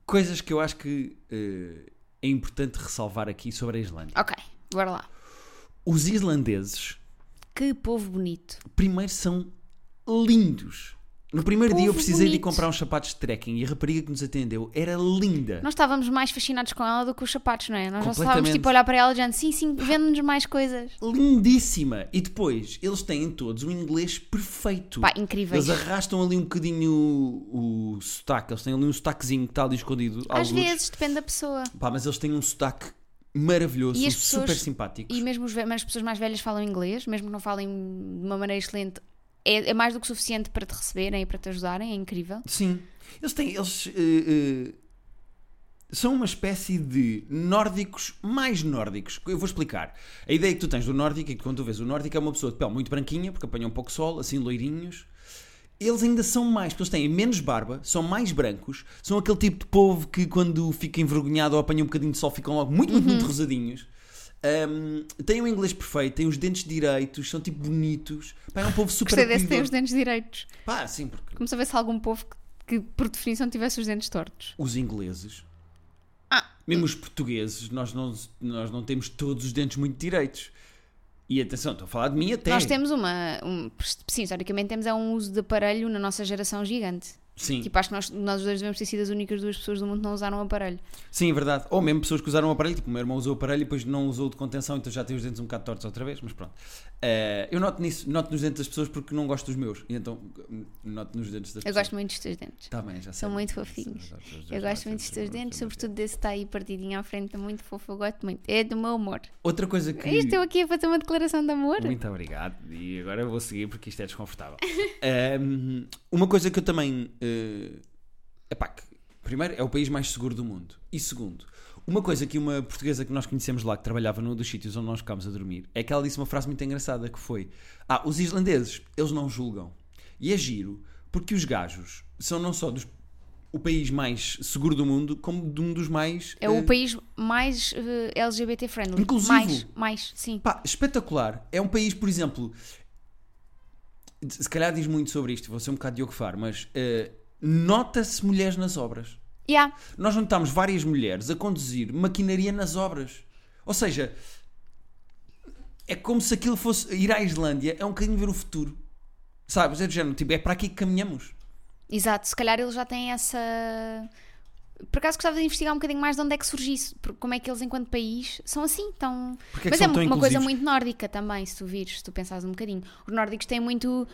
S2: coisas que eu acho que eh, é importante ressalvar aqui sobre a Islândia.
S1: Ok, bora lá.
S2: Os islandeses,
S1: Que povo bonito.
S2: primeiro, são lindos. No primeiro dia eu
S1: Povo
S2: precisei de ir
S1: bonito.
S2: comprar uns sapatos de trekking e a rapariga que nos atendeu era linda.
S1: Nós estávamos mais fascinados com ela do que os sapatos, não é? Nós já estávamos
S2: Completamente.
S1: tipo a olhar para ela e dizendo sim, sim, vende-nos mais coisas.
S2: lindíssima. E depois, eles têm todos um inglês perfeito.
S1: Pá, incríveis.
S2: Eles arrastam ali um bocadinho o, o sotaque, eles têm ali um sotaquezinho que está ali escondido.
S1: Às
S2: alguns.
S1: vezes, depende da pessoa.
S2: Pá, mas eles têm um sotaque maravilhoso,
S1: E
S2: são
S1: as pessoas-
S2: super simpáticos.
S1: E mesmo os ve- mas as pessoas mais velhas falam inglês, mesmo que não falem de uma maneira excelente, é, é mais do que suficiente para te receberem e para te ajudarem, é incrível.
S2: Sim. Eles têm. Eles. eh, eh, são uma espécie de nórdicos mais nórdicos. Eu vou explicar. A ideia que tu tens do nórdico é que quando tu vês o nórdico é uma pessoa de pele muito branquinha, porque apanham pouco sol, assim loirinhos. Eles ainda são mais, porque eles têm menos barba, são mais brancos, são aquele tipo de povo que quando fica envergonhado ou apanha um bocadinho de sol ficam logo muito, muito,
S1: Uhum.
S2: muito rosadinhos. Ahm, têm o inglês perfeito, têm os dentes direitos, são tipo bonitos. Pá, é um povo super
S1: Gostei desse ter os
S2: acolhedor.
S1: dentes direitos.
S2: Pá, sim, porque
S1: Como se houvesse algum povo que, que, por definição, tivesse os dentes tortos.
S2: os ingleses,
S1: Ah.
S2: mesmo os portugueses, nós não, nós não temos todos os dentes muito direitos. E atenção, estou a falar de mim até.
S1: Nós temos uma. Um, sim, historicamente temos é um uso de aparelho na nossa geração gigante.
S2: Sim,
S1: Tipo, acho que nós, nós dois devemos ter sido as únicas duas pessoas do mundo que não usaram aparelho.
S2: sim, é verdade. Ou mesmo pessoas que usaram o aparelho, tipo, o meu irmão usou o aparelho e depois não usou o de contenção, então já tem os dentes um bocado tortos outra vez, mas pronto. Eh, eu noto nisso, noto nos dentes das pessoas porque não gosto dos meus. E então hum, noto nos dentes das
S1: Eu
S2: pessoas.
S1: gosto muito dos teus dentes.
S2: Tá bem, já
S1: São
S2: sei.
S1: muito fofinhos. Eu gosto muito dos teus dentes, sobretudo desse que está aí partidinho à frente, é muito fofo, eu gosto muito. É do meu amor.
S2: Outra coisa que.
S1: É isto eu aqui a fazer uma declaração de amor?
S2: Muito obrigado. E agora eu vou seguir porque isto é desconfortável. Ahm, uma coisa que eu também. eh, epá, que, primeiro, é o país mais seguro do mundo. E segundo, uma coisa que uma portuguesa que nós conhecemos lá, que trabalhava num dos sítios onde nós ficámos a dormir, é que ela disse uma frase muito engraçada que foi: Ah, os islandeses, eles não julgam. E é giro, porque os gajos são não só dos- o país mais seguro do mundo, como de um dos mais.
S1: É o
S2: eh,
S1: país mais eh, LGBT friendly.
S2: Inclusivo.
S1: Mais, mais, sim.
S2: Pá, espetacular. É um país, por exemplo, se calhar diz muito sobre isto, vou ser um bocado Diogo Faro, mas eh, nota-se mulheres nas obras.
S1: Yeah.
S2: Nós notámos várias mulheres a conduzir maquinaria nas obras. Ou seja, é como se aquilo fosse ir à Islândia, é um bocadinho ver o futuro. Sabes? É do género, tipo, é para aqui que caminhamos.
S1: Exato, se calhar eles já têm essa. Por acaso gostava de investigar um bocadinho mais de onde é que surge isso, por- como é que eles, enquanto país, são assim, tão.
S2: Porque é que
S1: Mas
S2: são
S1: é
S2: tão
S1: uma coisa
S2: inclusivos?
S1: muito nórdica também, se tu vires, se tu pensares um bocadinho. Os nórdicos têm muito.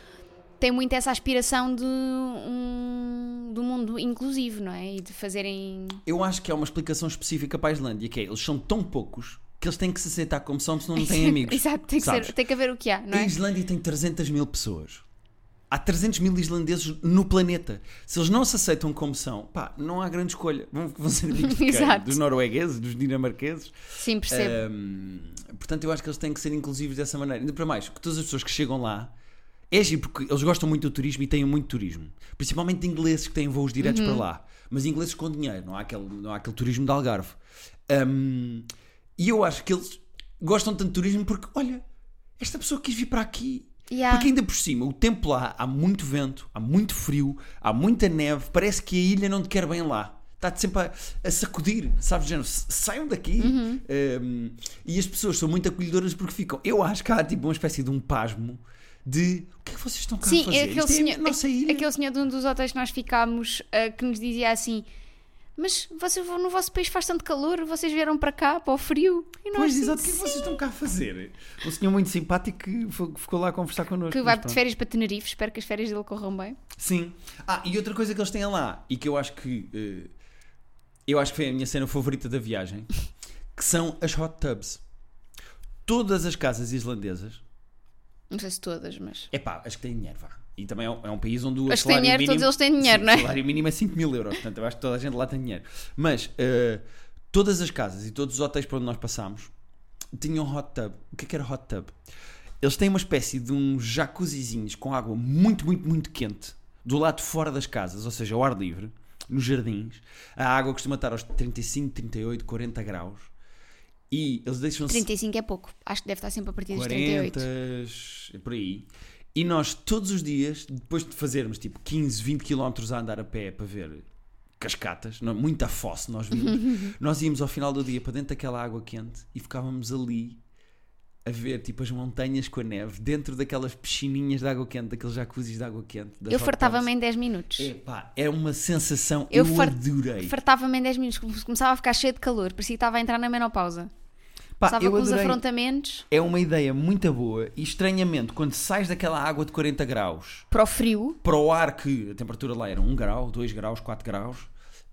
S1: têm muito essa aspiração de um. do mundo inclusivo, não é? E de fazerem.
S2: Eu acho que há uma explicação específica para a Islândia, que é, eles são tão poucos que eles têm que se aceitar como são, senão não têm amigos.
S1: Exato, tem que,
S2: sabes?
S1: É, ser, tem que haver o que há, não
S2: A
S1: é?
S2: Islândia tem 300 mil pessoas. Há 300 mil islandeses no planeta. Se eles não se aceitam como são, pá, não há grande escolha. Vão, vão ser amigos de quem?
S1: Exato.
S2: dos noruegueses, dos dinamarqueses.
S1: Sim, percebo.
S2: Ahm, portanto, eu acho que eles têm que ser inclusivos dessa maneira. Ainda para mais, que todas as pessoas que chegam lá. É giro, porque eles gostam muito do turismo e têm muito turismo. Principalmente de ingleses que têm voos diretos para lá. Mas ingleses com dinheiro, não há aquele, não há aquele turismo de Algarve. Ahm, e eu acho que eles gostam tanto de turismo porque, olha, esta pessoa quis vir para aqui.
S1: Yeah.
S2: Porque ainda por cima, o tempo lá, há muito vento, há muito frio, há muita neve, parece que a ilha não te quer bem lá. Está-te sempre a, a sacudir, sabes? Género, "S- saiam daqui.
S1: Uhum.
S2: Um, e as pessoas são muito acolhedoras porque ficam. Eu acho que há tipo uma espécie de um pasmo de o que é que vocês estão cá a
S1: Sim,
S2: fazer?
S1: aquele,
S2: Isto é a
S1: senhor,
S2: nossa ilha.
S1: aquele senhor de um dos hotéis que nós ficámos ah, que nos dizia assim: Mas vocês vão- no vosso país faz tanto calor, vocês vieram para cá, para o frio. E nós,
S2: Pois,
S1: assim, "Sim,
S2: exato, o que é que vocês estão cá a fazer? Um senhor muito simpático que fo- ficou lá a conversar connosco.
S1: que
S2: mas
S1: vai
S2: pronto.
S1: de férias para Tenerife, espero que as férias dele corram bem.
S2: Sim. Ah, e outra coisa que eles têm lá, e que eu acho que. eh, eu acho que foi a minha cena favorita da viagem, que são as hot tubs. Todas as casas islandesas.
S1: Não sei se todas, mas.
S2: É pá, as que têm dinheiro, vá. E também é um, é um país onde o
S1: As que têm
S2: salário
S1: dinheiro,
S2: mínimo,
S1: todos eles têm dinheiro,
S2: Sim,
S1: não é?
S2: O salário mínimo é 5 mil euros, portanto eu acho que toda a gente lá tem dinheiro. Mas eh, todas as casas e todos os hotéis para onde nós passámos tinham hot tub. O que é que era hot tub? Eles têm uma espécie de uns jacuzzizinhos com água muito, muito, muito quente do lado de fora das casas, ou seja, ao ar livre, nos jardins. A água costuma estar aos 35, 38, 40 graus. E eles deixam-se
S1: 35 é pouco, acho que deve estar sempre a partir dos 38.
S2: 40, por aí. E nós todos os dias, depois de fazermos tipo 15, 20 km a andar a pé para ver cascatas, não, muita fosse nós vimos, nós íamos ao final do dia para dentro daquela água quente e ficávamos ali a ver tipo as montanhas com a neve, dentro daquelas piscininhas de água quente, daqueles jacuzzis de água quente. das É,
S1: Eu
S2: hot
S1: fartava-me em 10 minutos.
S2: tubs. Epá, era uma sensação, eu,
S1: Eu far-
S2: adorei.
S1: Fartava-me em 10 minutos, começava a ficar cheio de calor, parecia que estava a entrar na menopausa.
S2: Pá,
S1: Estava
S2: eu
S1: com os
S2: adorei.
S1: afrontamentos
S2: É uma ideia muito boa e estranhamente, quando sais daquela água de 40 graus
S1: para o frio.
S2: para o ar que a temperatura lá era 1 grau, 2 graus, 4 graus,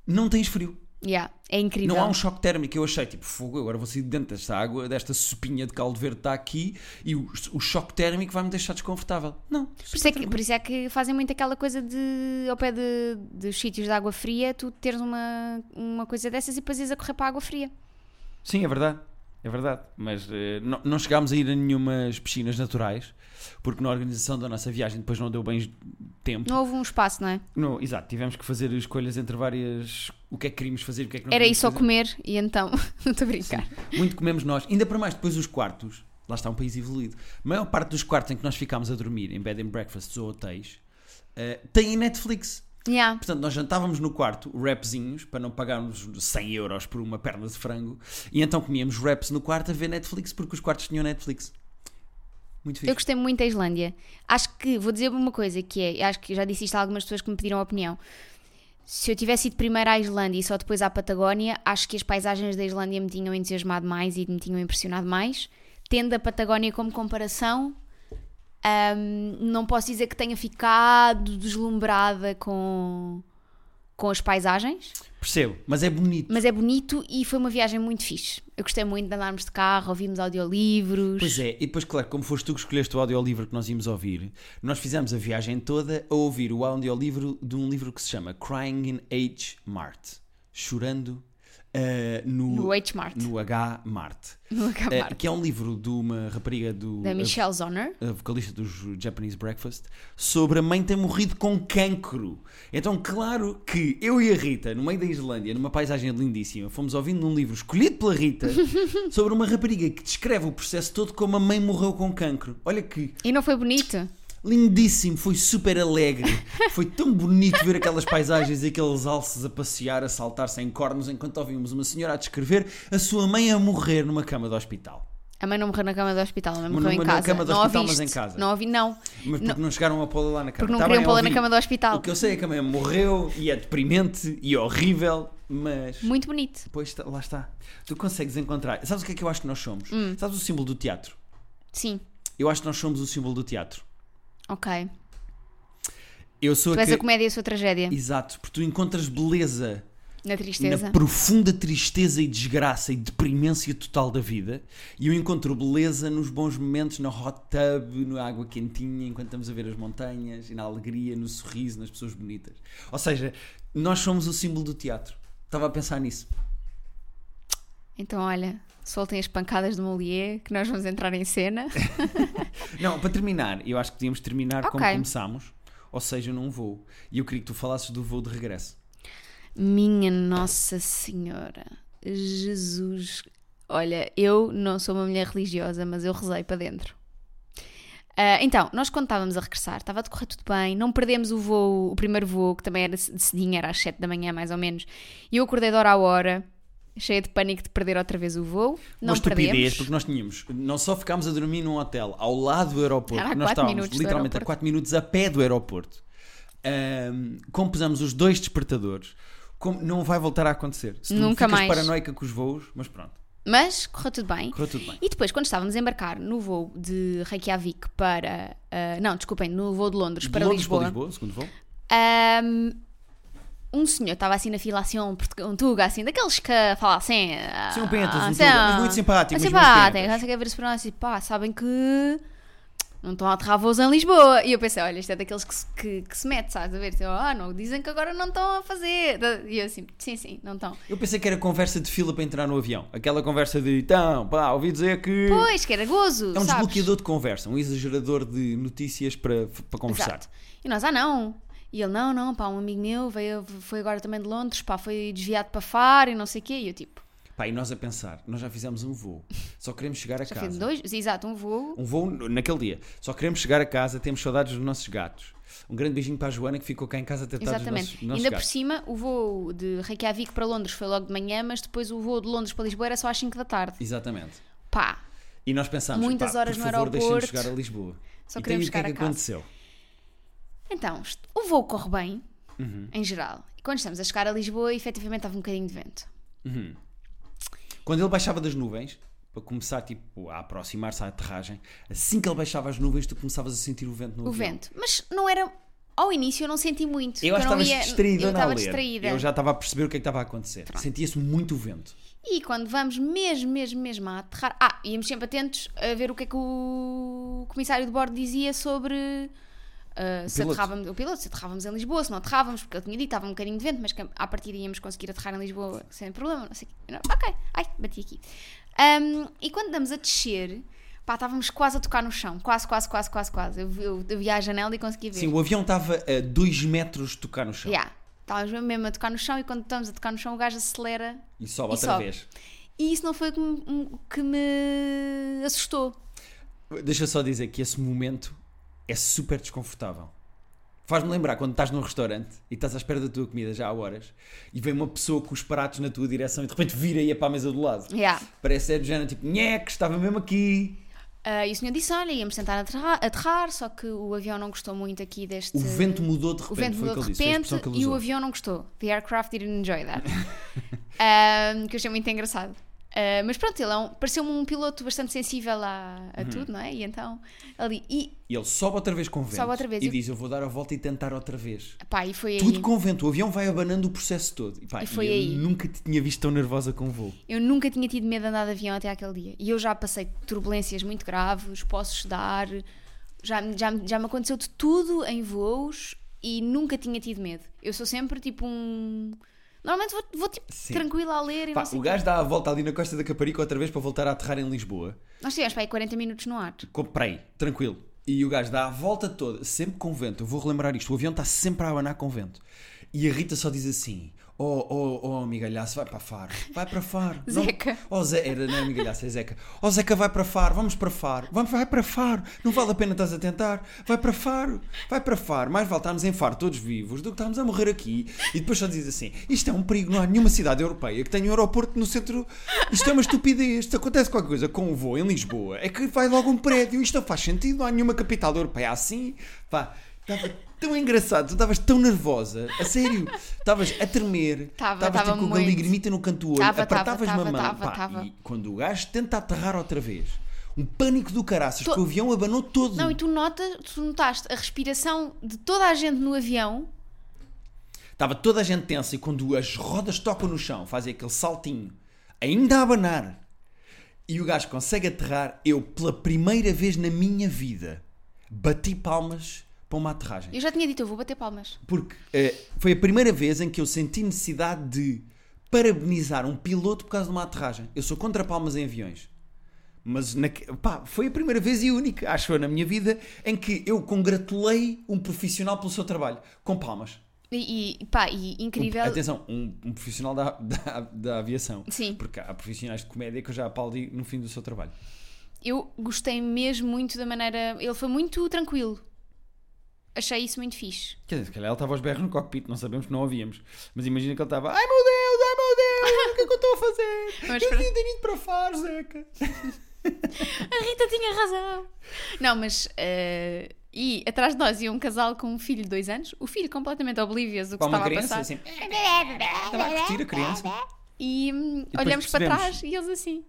S2: não tens frio.
S1: Yeah, é incrível.
S2: Não há um choque térmico. Eu achei tipo fogo, agora vou sair de dentro desta água, desta sopinha de caldo verde está aqui e o, o choque térmico vai me deixar desconfortável. Não.
S1: Por isso, é que, por isso é que fazem muito aquela coisa de, ao pé de, dos sítios de água fria, tu teres uma, uma coisa dessas e depois ires a correr para a água fria.
S2: Sim, é verdade. É verdade. Mas eh, não, não chegámos a ir a nenhumas piscinas naturais, porque na organização da nossa viagem depois não deu bem tempo.
S1: Não houve um espaço, não é?
S2: Não, exato, tivemos que fazer escolhas entre várias. O que é que queríamos fazer, o que é que não
S1: Era
S2: queríamos
S1: isso ao
S2: fazer.
S1: comer e então, não estou a brincar.
S2: Muito comemos nós. Ainda para mais, depois os quartos. Lá está um país evoluído. A maior parte dos quartos em que nós ficámos a dormir, em bed and breakfasts ou hotéis, eh, têm Netflix.
S1: Yeah.
S2: Portanto, nós jantávamos no quarto, wrapzinhos, para não pagarmos 100 euros por uma perna de frango, e então comíamos wraps no quarto a ver Netflix, porque os quartos tinham Netflix. Muito fixe.
S1: Eu gostei muito da Islândia. Acho que, vou dizer uma coisa que é, acho que já disse isto a algumas pessoas que me pediram opinião. Se eu tivesse ido primeiro à Islândia e só depois à Patagónia, acho que as paisagens da Islândia me tinham entusiasmado mais e me tinham impressionado mais. Tendo a Patagónia como comparação, ahm, não posso dizer que tenha ficado deslumbrada com, com as paisagens,
S2: Percebo, mas é bonito.
S1: mas é bonito e foi uma viagem muito fixe. Eu gostei muito de andarmos de carro, ouvimos audiolivros.
S2: Pois é, e depois, claro, como foste tu que escolheste o audiolivro que nós íamos ouvir, nós fizemos a viagem toda a ouvir o audiolivro de um livro que se chama Crying in H. Mart. Chorando eh, no,
S1: No H. Mart.
S2: no H. Mart.
S1: No H.
S2: Eh,
S1: Mart.
S2: que é um livro de uma rapariga do. eh,
S1: Da Michelle Zoner.
S2: a vocalista dos Japanese Breakfast, sobre a mãe ter morrido com cancro. Então, claro que eu e a Rita, no meio da Islândia, numa paisagem lindíssima, fomos ouvindo um livro escolhido pela Rita sobre uma rapariga que descreve o processo todo como a mãe morreu com cancro. Olha que
S1: E não foi bonito?
S2: lindíssimo, foi super alegre. Foi tão bonito ver aquelas paisagens e aqueles alces a passear, a saltar sem cornos, enquanto ouvimos uma senhora a descrever a sua mãe a morrer numa cama de hospital.
S1: A mãe não morreu na cama do hospital, a mãe
S2: Mas
S1: morreu
S2: não
S1: em
S2: morreu na
S1: casa.
S2: cama do
S1: não
S2: hospital,
S1: a
S2: mas
S1: viste.
S2: em casa.
S1: Não a vi, não.
S2: Mas porque não, chegaram a pô-la lá na cama.
S1: Porque não
S2: Tá
S1: queriam
S2: bem,
S1: pô-la na
S2: ouvi.
S1: cama do
S2: O
S1: hospital.
S2: que eu sei é que a mãe morreu e é deprimente e horrível, mas.
S1: Muito bonito.
S2: Pois está- lá está. Tu consegues encontrar. Sabes o que é que eu acho que nós somos? Sabes o símbolo do teatro?
S1: Sim.
S2: Eu acho que nós somos o símbolo do teatro.
S1: Ok.
S2: Eu sou
S1: Tu és
S2: que-
S1: a comédia e a sua tragédia.
S2: Exato, porque tu encontras beleza
S1: Na tristeza.
S2: na profunda tristeza e desgraça e deprimência total da vida e eu encontro beleza nos bons momentos, na hot tub, na água quentinha, enquanto estamos a ver as montanhas e na alegria, no sorriso, nas pessoas bonitas. Ou seja, nós somos o símbolo do teatro. Estava a pensar nisso.
S1: Então, olha, soltem as pancadas do Molière que nós vamos entrar em cena.
S2: Não, para terminar, eu acho que podíamos terminar como
S1: Ok.
S2: começámos, ou seja, num voo. E eu queria que tu falasses do voo de regresso.
S1: Minha Nossa Senhora, Jesus. Olha, eu não sou uma mulher religiosa, mas eu rezei para dentro. Ah, então, nós quando estávamos a regressar, estava a decorrer tudo bem, não perdemos o voo, o primeiro voo, que também era de cedinho, era às 7 da manhã mais ou menos, e eu acordei de hora a hora, cheia de pânico de perder outra vez o voo, não
S2: uma estupidez,
S1: perdemos.
S2: porque nós tínhamos, não só ficámos a dormir num hotel ao lado do aeroporto,
S1: Era a
S2: nós
S1: quatro
S2: estávamos
S1: minutos do
S2: literalmente a
S1: aeroporto.
S2: 4 minutos a pé do aeroporto, Ahm, compusemos os dois despertadores, como, não vai voltar a acontecer. Se tu
S1: Nunca
S2: ficas
S1: mais.
S2: paranoica com os voos, mas pronto,
S1: Mas correu tudo bem.
S2: correu tudo bem.
S1: E depois, quando estávamos a embarcar no voo de Reykjavik para. ah, não, desculpem, no voo de Londres
S2: De
S1: para
S2: Londres
S1: Lisboa.
S2: para Lisboa, segundo voo.
S1: Um, um senhor estava assim na fila, assim, um, portu- um tuga, assim, daqueles que falam assim. ah,
S2: São pentas,
S1: são-
S2: um tuga, mas muito simpático, mas muito
S1: Simpático,
S2: pentas.
S1: não sei o que, vira-se para nós e pá, sabem que não estão a aterrar voos em Lisboa. E eu pensei, olha, isto é daqueles que se, que, que se mete, sabes? A ver, tipo, ah, não, dizem que agora não estão a fazer. E eu assim, sim, sim, não estão.
S2: Eu pensei que era conversa de fila para entrar no avião, aquela conversa de então, pá, ouvi dizer que.
S1: Pois, que era gozo,
S2: é um
S1: sabes?
S2: É desbloqueador de conversa, um exagerador de notícias para, para conversar.
S1: Exato. E nós, ah não. E ele, não, não, pá, um amigo meu veio, foi agora também de Londres, pá, foi desviado para Faro e não sei o quê. E eu, tipo,
S2: Pá, e nós a pensar, nós já fizemos um voo, só queremos chegar a
S1: já
S2: casa.
S1: fiz dois, exato, um voo.
S2: Um voo no- naquele dia. Só queremos chegar a casa, temos saudades dos nossos gatos. Um grande beijinho para a Joana que ficou cá em casa a tratar dos
S1: Exatamente.
S2: nossos, dos nossos
S1: Ainda por
S2: gatos.
S1: cima, o voo de Reykjavik para Londres foi logo de manhã, mas depois o voo de Londres para Lisboa era só às 5 da tarde.
S2: Exatamente.
S1: Pá,
S2: E nós pensámos,
S1: Muitas
S2: pá,
S1: horas
S2: por
S1: no
S2: favor, deixem-nos
S1: aeroporto.
S2: chegar a Lisboa.
S1: Só
S2: e tem,
S1: queremos
S2: o que é
S1: chegar
S2: que
S1: a casa.
S2: aconteceu?
S1: Então, est- o voo corre bem,
S2: Uhum.
S1: em geral. E quando estamos a chegar a Lisboa, efetivamente estava um bocadinho de vento.
S2: Quando ele baixava das nuvens, para começar tipo, a aproximar-se à aterragem, assim que ele baixava as nuvens, tu começavas a sentir o vento no
S1: O
S2: avião.
S1: vento. Mas não era. Ao início eu não senti muito.
S2: Eu acho
S1: porque não
S2: que estavas
S1: ia-
S2: distraída
S1: Eu
S2: na
S1: estava
S2: ler.
S1: distraída.
S2: Eu já estava a perceber o que é que estava a acontecer. Sentia-se muito vento.
S1: E quando vamos mesmo, mesmo, mesmo a aterrar. Ah, íamos sempre atentos a ver o que é que o comissário de bordo dizia sobre. ah, se
S2: piloto.
S1: aterrávamos, o piloto, se aterrávamos em Lisboa, se não aterrávamos, porque eu tinha dito, estava um bocadinho de vento, mas que à partida íamos conseguir aterrar em Lisboa sem problema, não sei o quê. Eu não- Ok, ai, bati aqui. Ahm, e quando damos a descer, pá, estávamos quase a tocar no chão, quase, quase, quase, quase, quase. Eu, vi- eu, eu via a janela e conseguia ver.
S2: Sim, o avião estava a 2 metros de tocar no chão.
S1: Yeah. Estávamos mesmo a tocar no chão e quando estamos a tocar no chão o gajo acelera
S2: E sobe
S1: E
S2: outra
S1: sobe.
S2: vez.
S1: e isso não foi o que me, o que me assustou.
S2: Deixa eu só dizer que esse momento é super desconfortável. Faz-me lembrar quando estás num restaurante e estás à espera da tua comida já há horas e vem uma pessoa com os pratos na tua direção e de repente vira e é para a mesa do lado.
S1: Yeah.
S2: Parece ser do género tipo, nheque, estava mesmo aqui.
S1: Ah, e o senhor disse: Olha, íamos tentar aterrar, aterrar, só que o avião não gostou muito aqui deste.
S2: O vento mudou de
S1: O
S2: repente,
S1: vento
S2: foi o que
S1: mudou
S2: ele
S1: de
S2: disse. foi a
S1: repente
S2: expressão que ele
S1: e o
S2: usou.
S1: avião não gostou. The aircraft didn't enjoy that. Ah, que eu achei muito engraçado. Ah, mas pronto, ele é um- pareceu-me um piloto bastante sensível a,
S2: Uhum.
S1: a tudo, não é? E então, ali. E,
S2: E ele sobe outra vez com o vento
S1: Sobe outra vez.
S2: e
S1: Eu-
S2: diz, eu vou dar a volta e tentar outra vez.
S1: pá, e foi
S2: Tudo
S1: aí.
S2: com o vento, o avião vai abanando o processo todo. E, pá,
S1: E foi
S2: eu
S1: aí.
S2: nunca te tinha visto tão nervosa com o voo.
S1: Eu nunca tinha tido medo de andar de avião até aquele dia. E eu já passei turbulências muito graves, posso estudar, já, me- já, me- já me aconteceu de tudo em voos e nunca tinha tido medo. Eu sou sempre tipo um. Normalmente vou, vou, tipo
S2: Sim.
S1: tranquila a ler e
S2: Pá,
S1: não sei.
S2: o gajo dá a volta ali na costa da Caparica outra vez para voltar a aterrar em Lisboa.
S1: Nós tivemos para aí 40 minutos no ar.
S2: Comprei, tranquilo. E o gajo dá a volta toda, sempre com vento. Eu vou relembrar isto: o avião está sempre a abanar com vento. E a Rita só diz assim: Oh, oh, oh, amigalhaço, vai para Faro, vai para Faro. Não-
S1: Zeca.
S2: Oh, Ze... Era, não é amigalhaço, é Zeca. Oh, Zeca, vai para Faro, vamos para Faro, vamos, vai para Faro, não vale a pena estás a tentar, vai para Faro, vai para Faro. Mais vale estarmos em Faro todos vivos do que estarmos a morrer aqui. E depois só diz assim: Isto é um perigo, não há nenhuma cidade europeia que tenha um aeroporto no centro. Isto é uma estupidez. Se acontece qualquer coisa com um voo em Lisboa, é que vai logo um prédio. Isto não faz sentido, não há nenhuma capital europeia assim. Pá, estava tão engraçado, tu estavas tão nervosa, a sério. Estavas a tremer,
S1: Tava,
S2: estavas
S1: tava
S2: tipo, com o
S1: muito.
S2: galigrimita no canto do olho,
S1: Tava,
S2: apertavas-me
S1: tava,
S2: a mão.
S1: tava,
S2: Pá,
S1: tava.
S2: E quando o gajo tenta aterrar outra vez, um pânico do caraças,
S1: Tô-
S2: que o avião abanou todo.
S1: Não, e tu, notas, tu notaste a respiração de toda a gente no avião
S2: Estava toda a gente tensa e quando as rodas tocam no chão, fazem aquele saltinho, ainda a abanar, e o gajo consegue aterrar, eu, pela primeira vez na minha vida, bati palmas para uma aterragem.
S1: Eu já tinha dito, eu vou bater palmas.
S2: Porque eh, foi a primeira vez em que eu senti necessidade de parabenizar um piloto por causa de uma aterragem. Eu sou contra palmas em aviões. Mas naque- pá, foi a primeira vez e única, acho eu, na minha vida, em que eu congratulei um profissional pelo seu trabalho, com palmas.
S1: E, e, pá, e incrível.
S2: Um- atenção, um, um profissional da, da, da aviação.
S1: Sim.
S2: Porque há profissionais de comédia que eu já aplaudi no fim do seu trabalho.
S1: Eu gostei mesmo muito da maneira. Ele foi muito tranquilo. Achei isso muito fixe.
S2: Quer dizer, se calhar ele estava aos berros no cockpit, não sabemos que não ouvíamos. Mas imagina que ele estava, ai meu Deus, ai meu Deus, o que é que eu estou a fazer?
S1: Mas
S2: eu
S1: para-
S2: devia ter ido para Tipo, Faro, Zeca.
S1: A Rita tinha razão. Não, mas. eh, e atrás de nós ia um casal com um filho de dois anos, o filho completamente oblivious do que
S2: Para uma
S1: estava a
S2: criança,
S1: passar.
S2: assim, estava a curtir a criança.
S1: E hum,
S2: depois
S1: olhamos para
S2: percebemos.
S1: trás e eles assim.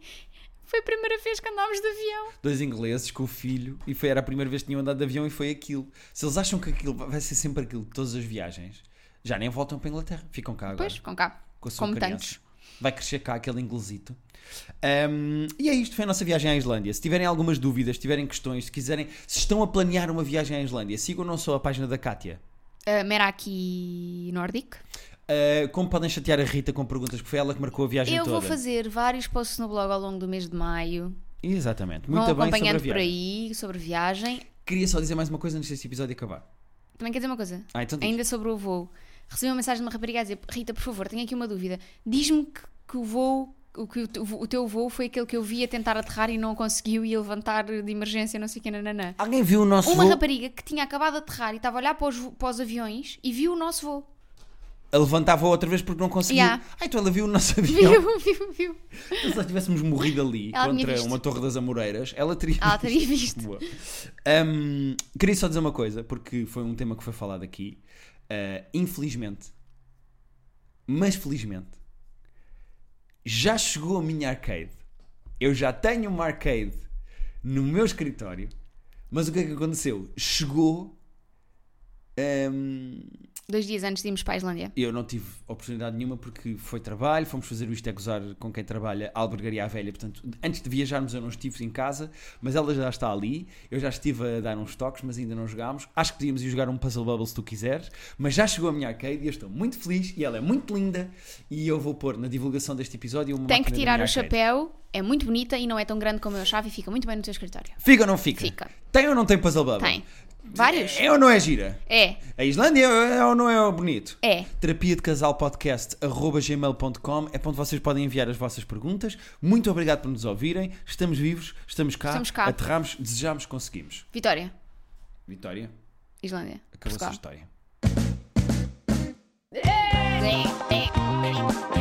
S1: Foi a primeira vez que andámos de avião.
S2: Dois ingleses com o filho, e foi, era a primeira vez que tinham andado de avião e foi aquilo. Se eles acham que aquilo vai ser sempre aquilo de todas as viagens, já nem voltam para a Inglaterra, ficam cá agora.
S1: Pois, com cá.
S2: com a sua
S1: Como
S2: criança.
S1: tantos.
S2: Vai crescer cá aquele inglesito. Um, e é isto, foi a nossa viagem à Islândia. Se tiverem algumas dúvidas, se tiverem questões, se quiserem, se estão a planear uma viagem à Islândia, sigam não só a página da Kátia.
S1: Eh, Meraki Nordic.
S2: Uh, como podem chatear a Rita com perguntas, porque foi ela que marcou a viagem
S1: Eu
S2: toda.
S1: vou fazer vários posts no blog ao longo do mês de maio.
S2: Exatamente,
S1: Vão
S2: muito bem sobre a
S1: acompanhando
S2: viagem.
S1: por aí sobre viagem.
S2: Queria só dizer mais uma coisa antes deste episódio acabar.
S1: Também quer dizer uma coisa?
S2: Ah, então diz.
S1: Ainda sobre o voo. Recebi uma mensagem de uma rapariga a dizer: Rita, por favor, tenho aqui uma dúvida. Diz-me que, que o voo. O, que o, te- o teu voo foi aquele que eu vi a tentar aterrar e não conseguiu e a levantar de emergência, não sei o que, nananã.
S2: Alguém viu o nosso
S1: Uma
S2: voo
S1: rapariga que tinha acabado de aterrar e estava a olhar para os, vo- para os aviões e viu o nosso voo.
S2: a levantava outra vez porque não conseguiu.
S1: Yeah.
S2: Ah, então ela viu o nosso avião.
S1: Viu, viu, viu.
S2: Se nós tivéssemos morrido ali
S1: Ela tinha
S2: contra
S1: visto.
S2: uma torre das Amoreiras, ela teria
S1: Ela teria visto.
S2: Boa. Hum, queria só dizer uma coisa, porque foi um tema que foi falado aqui. Uh, infelizmente, mas felizmente, já chegou a minha arcade. Eu já tenho uma arcade no meu escritório, mas o que é que aconteceu? Chegou. hum,
S1: Dois dias antes de irmos para a Islândia.
S2: eu não tive oportunidade nenhuma porque foi trabalho, fomos fazer o Isto é Gozar com quem trabalha, a Albergaria à Velha. Portanto, antes de viajarmos eu não estive em casa, mas ela já está ali. Eu já estive a dar uns toques, mas ainda não jogámos. Acho que podíamos ir jogar um Puzzle Bubble se tu quiseres, mas já chegou a minha arcade e eu estou muito feliz e ela é muito linda. E eu vou pôr na divulgação deste episódio uma
S1: Tem que
S2: máquina da
S1: tirar
S2: minha
S1: o
S2: arcade.
S1: chapéu, é muito bonita e não é tão grande como eu achava e fica muito bem no teu escritório.
S2: Fica ou não fica?
S1: Fica.
S2: Tem ou não tem Puzzle Bubble?
S1: Tem. Vários?
S2: É ou não é gira?
S1: É,
S2: A Islândia é ou não é bonito?
S1: é.
S2: terapia de casal podcast gmail.com é para onde vocês podem enviar as vossas perguntas muito obrigado por nos ouvirem estamos vivos, estamos cá,
S1: Estamos cá.
S2: aterramos desejamos, conseguimos
S1: Vitória,
S2: Vitória,
S1: Islândia.
S2: acabou-se a
S1: Portugal.
S2: história
S1: Yeah.